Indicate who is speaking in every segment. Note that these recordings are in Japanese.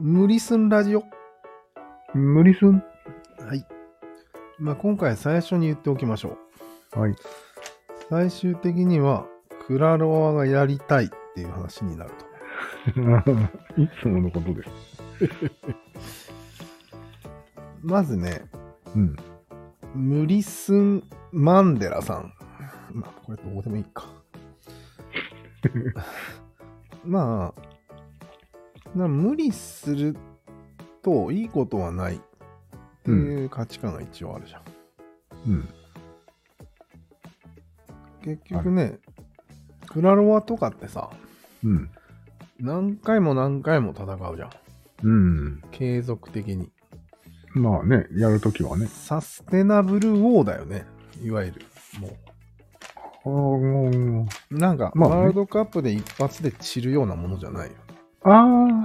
Speaker 1: 無理すんラジオ。
Speaker 2: 無理すん。
Speaker 1: はい。まあ、今回最初に言っておきましょう。
Speaker 2: はい。
Speaker 1: 最終的には、クラロワがやりたいっていう話になる
Speaker 2: いつものことです。
Speaker 1: と。 まずね、
Speaker 2: うん。
Speaker 1: 無理すんマンデラさん。まあ、これどうでもいいか。 まあ、な無理するといいことはないっていう価値観が一応あるじゃん。
Speaker 2: うん。
Speaker 1: 結局ね、クラロワとかってさ、
Speaker 2: うん。
Speaker 1: 何回も何回も戦うじゃん。
Speaker 2: うん。
Speaker 1: 継続的に。
Speaker 2: まあね、やるときはね。
Speaker 1: サステナブル王だよね。いわゆる。も
Speaker 2: あーもう
Speaker 1: う。なんか、
Speaker 2: まあね
Speaker 1: ワールドカップで一発で散るようなものじゃないよ。
Speaker 2: あ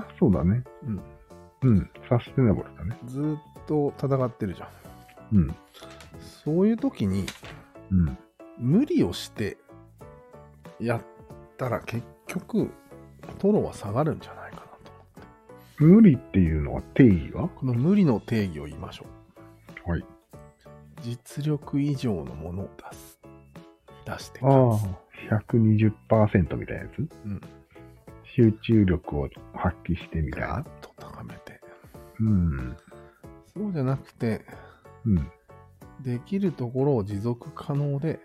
Speaker 2: ー、そうだね。
Speaker 1: うん。
Speaker 2: うん。サステナブルだね。
Speaker 1: ずーっと戦ってるじゃん。
Speaker 2: うん。
Speaker 1: そういう時に、
Speaker 2: うん。
Speaker 1: 無理をして、やったら結局、トロは下がるんじゃないかなと。
Speaker 2: 無理っていうのは定義は
Speaker 1: この無理の定義を言いましょう。
Speaker 2: はい。
Speaker 1: 実力以上のものを出す。出して
Speaker 2: あ
Speaker 1: 勝つ。
Speaker 2: あ、120%みたいなやつ
Speaker 1: うん。
Speaker 2: 集中力を発揮してみたい
Speaker 1: ガー
Speaker 2: な。
Speaker 1: ッと高めて。
Speaker 2: うん。
Speaker 1: そうじゃなくて、
Speaker 2: うん。
Speaker 1: できるところを持続可能で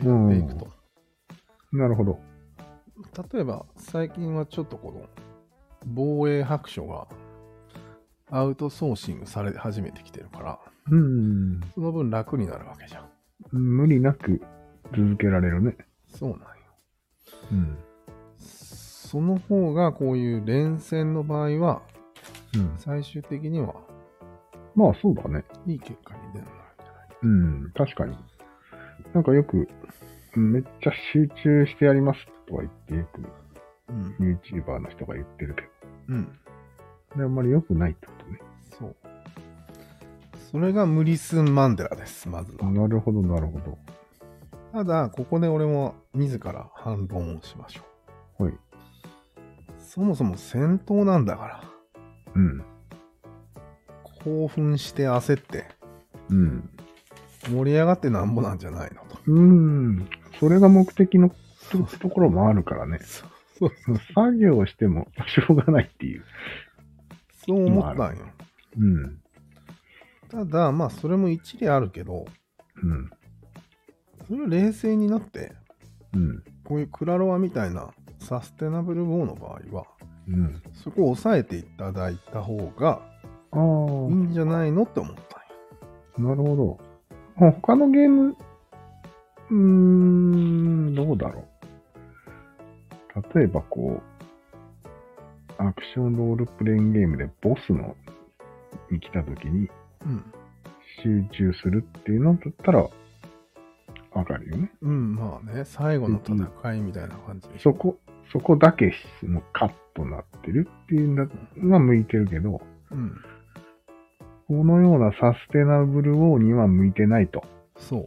Speaker 1: やっていくと。
Speaker 2: なるほど。
Speaker 1: 例えば、最近はちょっとこの、防衛白書がアウトソーシングされ始めてきてるから、
Speaker 2: うん。
Speaker 1: その分楽になるわけじゃん。
Speaker 2: 無理なく続けられるね。
Speaker 1: そうなんよ。
Speaker 2: うん。
Speaker 1: その方がこういう連戦の場合は、
Speaker 2: うん。
Speaker 1: 最終的には
Speaker 2: まあそうだね。
Speaker 1: いい結果に出るんじゃないか。
Speaker 2: うん、確かに。なんかよく、めっちゃ集中してやりますとは言って、よく
Speaker 1: うん。
Speaker 2: YouTuber の人が言ってるけど、
Speaker 1: うん。
Speaker 2: あれあんまり良くないってことね。
Speaker 1: そう。それが無理スン・マンデラです、まずは。
Speaker 2: なるほど、なるほど。
Speaker 1: ただ、ここで俺も自ら反論をしましょう。
Speaker 2: はい。
Speaker 1: そもそも戦闘なんだから、
Speaker 2: うん、
Speaker 1: 興奮して焦って、
Speaker 2: うん。
Speaker 1: 盛り上がってなんぼなんじゃないのと。
Speaker 2: うん、それが目的のとところもあるからね。
Speaker 1: そうそう
Speaker 2: 作業をしてもしょうがないっていう。
Speaker 1: そう思ったんよ。
Speaker 2: うん、
Speaker 1: ただ、まあ、それも一理あるけど、
Speaker 2: うん、
Speaker 1: それを冷静になって、
Speaker 2: うん、
Speaker 1: こういうクラロワみたいなサステナブル王の場合は、
Speaker 2: うん。
Speaker 1: そこを抑えていただいた方がい
Speaker 2: ああ
Speaker 1: い、んじゃないのって思ったんよ。
Speaker 2: なるほど。まあ他のゲーム、うーん、どうだろう。例えばこう、アクションロールプレインゲームでボスのに来た時に
Speaker 1: うん。
Speaker 2: 集中するっていうのだったら、わかるよね。
Speaker 1: うん、まあね、最後の戦いみたいな感じでしょ。
Speaker 2: そこ、そこだけもうカッとなってるっていうのは向いてるけど、
Speaker 1: うん。
Speaker 2: このようなサステナブル王には向いてないと。
Speaker 1: そ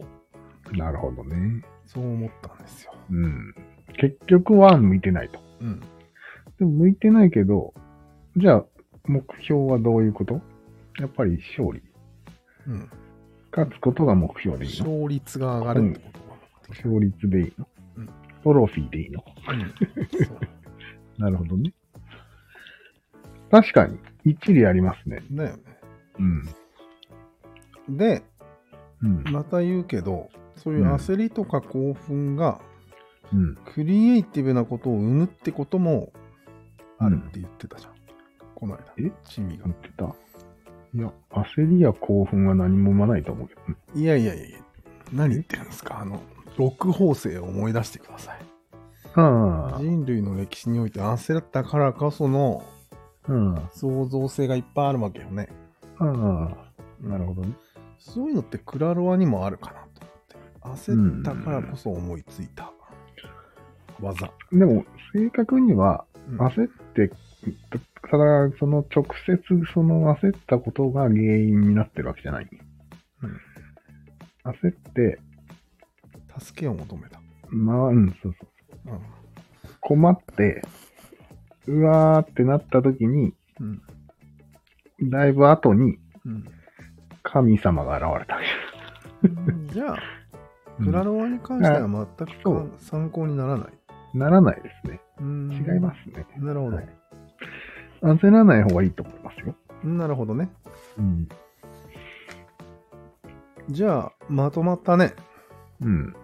Speaker 1: う。
Speaker 2: なるほどね。
Speaker 1: そう思ったんですよ。
Speaker 2: うん。結局は向いてないと。
Speaker 1: うん。
Speaker 2: でも向いてないけど、じゃあ目標はどういうことやっぱり勝利。
Speaker 1: うん。
Speaker 2: 勝つことが目標でいいの
Speaker 1: 勝率が上がるってことか
Speaker 2: 勝率でいいの
Speaker 1: うん
Speaker 2: トロフィーでいいの
Speaker 1: な。うん。そう
Speaker 2: なるほどね。確かに、一理ありますね。
Speaker 1: だよね。
Speaker 2: うん。
Speaker 1: で、
Speaker 2: うん。
Speaker 1: また言うけど、そういう焦りとか興奮が
Speaker 2: うん。
Speaker 1: クリエイティブなことを生むってこともあるって言ってたじゃん。この間。
Speaker 2: え
Speaker 1: チミが
Speaker 2: 言。ってた。いや、焦りや興奮は何も生まないと思うけどね。
Speaker 1: いやいやいやいや、何言ってるんですか。あの、六方星を思い出してください。
Speaker 2: あ
Speaker 1: 人類の歴史において焦ったからこその
Speaker 2: あ。うん。あ
Speaker 1: 創造性がいっぱいあるわけよね。
Speaker 2: あ。なるほどね。
Speaker 1: そういうのってクラロワにもあるかなと思って。焦ったからこそ思いついた技。
Speaker 2: でも、正確には、
Speaker 1: うん
Speaker 2: 焦って、ただ、その直接、その焦ったことが原因になってるわけじゃない。
Speaker 1: うん
Speaker 2: 焦って、
Speaker 1: 助けを求めた。
Speaker 2: まあ、うん、そうそう。
Speaker 1: うん
Speaker 2: 困って、うわーってなった時に、
Speaker 1: うん
Speaker 2: だいぶ後に
Speaker 1: うん
Speaker 2: 神様が現れたわけ
Speaker 1: じゃあ、
Speaker 2: じ
Speaker 1: ク
Speaker 2: ゃ
Speaker 1: ラ
Speaker 2: ん。
Speaker 1: ロワに関しては全くか
Speaker 2: うん
Speaker 1: 参考にならない。
Speaker 2: ならないですね。違
Speaker 1: 違
Speaker 2: いますね。
Speaker 1: す。なるほど
Speaker 2: は。い焦らない方がいいと思いますよ。
Speaker 1: なるほどね。
Speaker 2: うん。
Speaker 1: じゃあ、まとまったね。
Speaker 2: うん。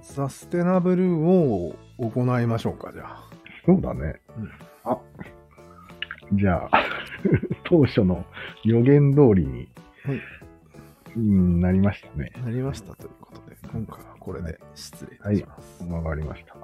Speaker 1: サステナブルウォーを行いましょうか、じゃあ。
Speaker 2: そうだね。
Speaker 1: うん
Speaker 2: あ、じゃあ、 当初の予言通りに、
Speaker 1: はい
Speaker 2: うん、なりましたね。
Speaker 1: なりましたということで、今回はこれで失礼いたします。
Speaker 2: わかりました。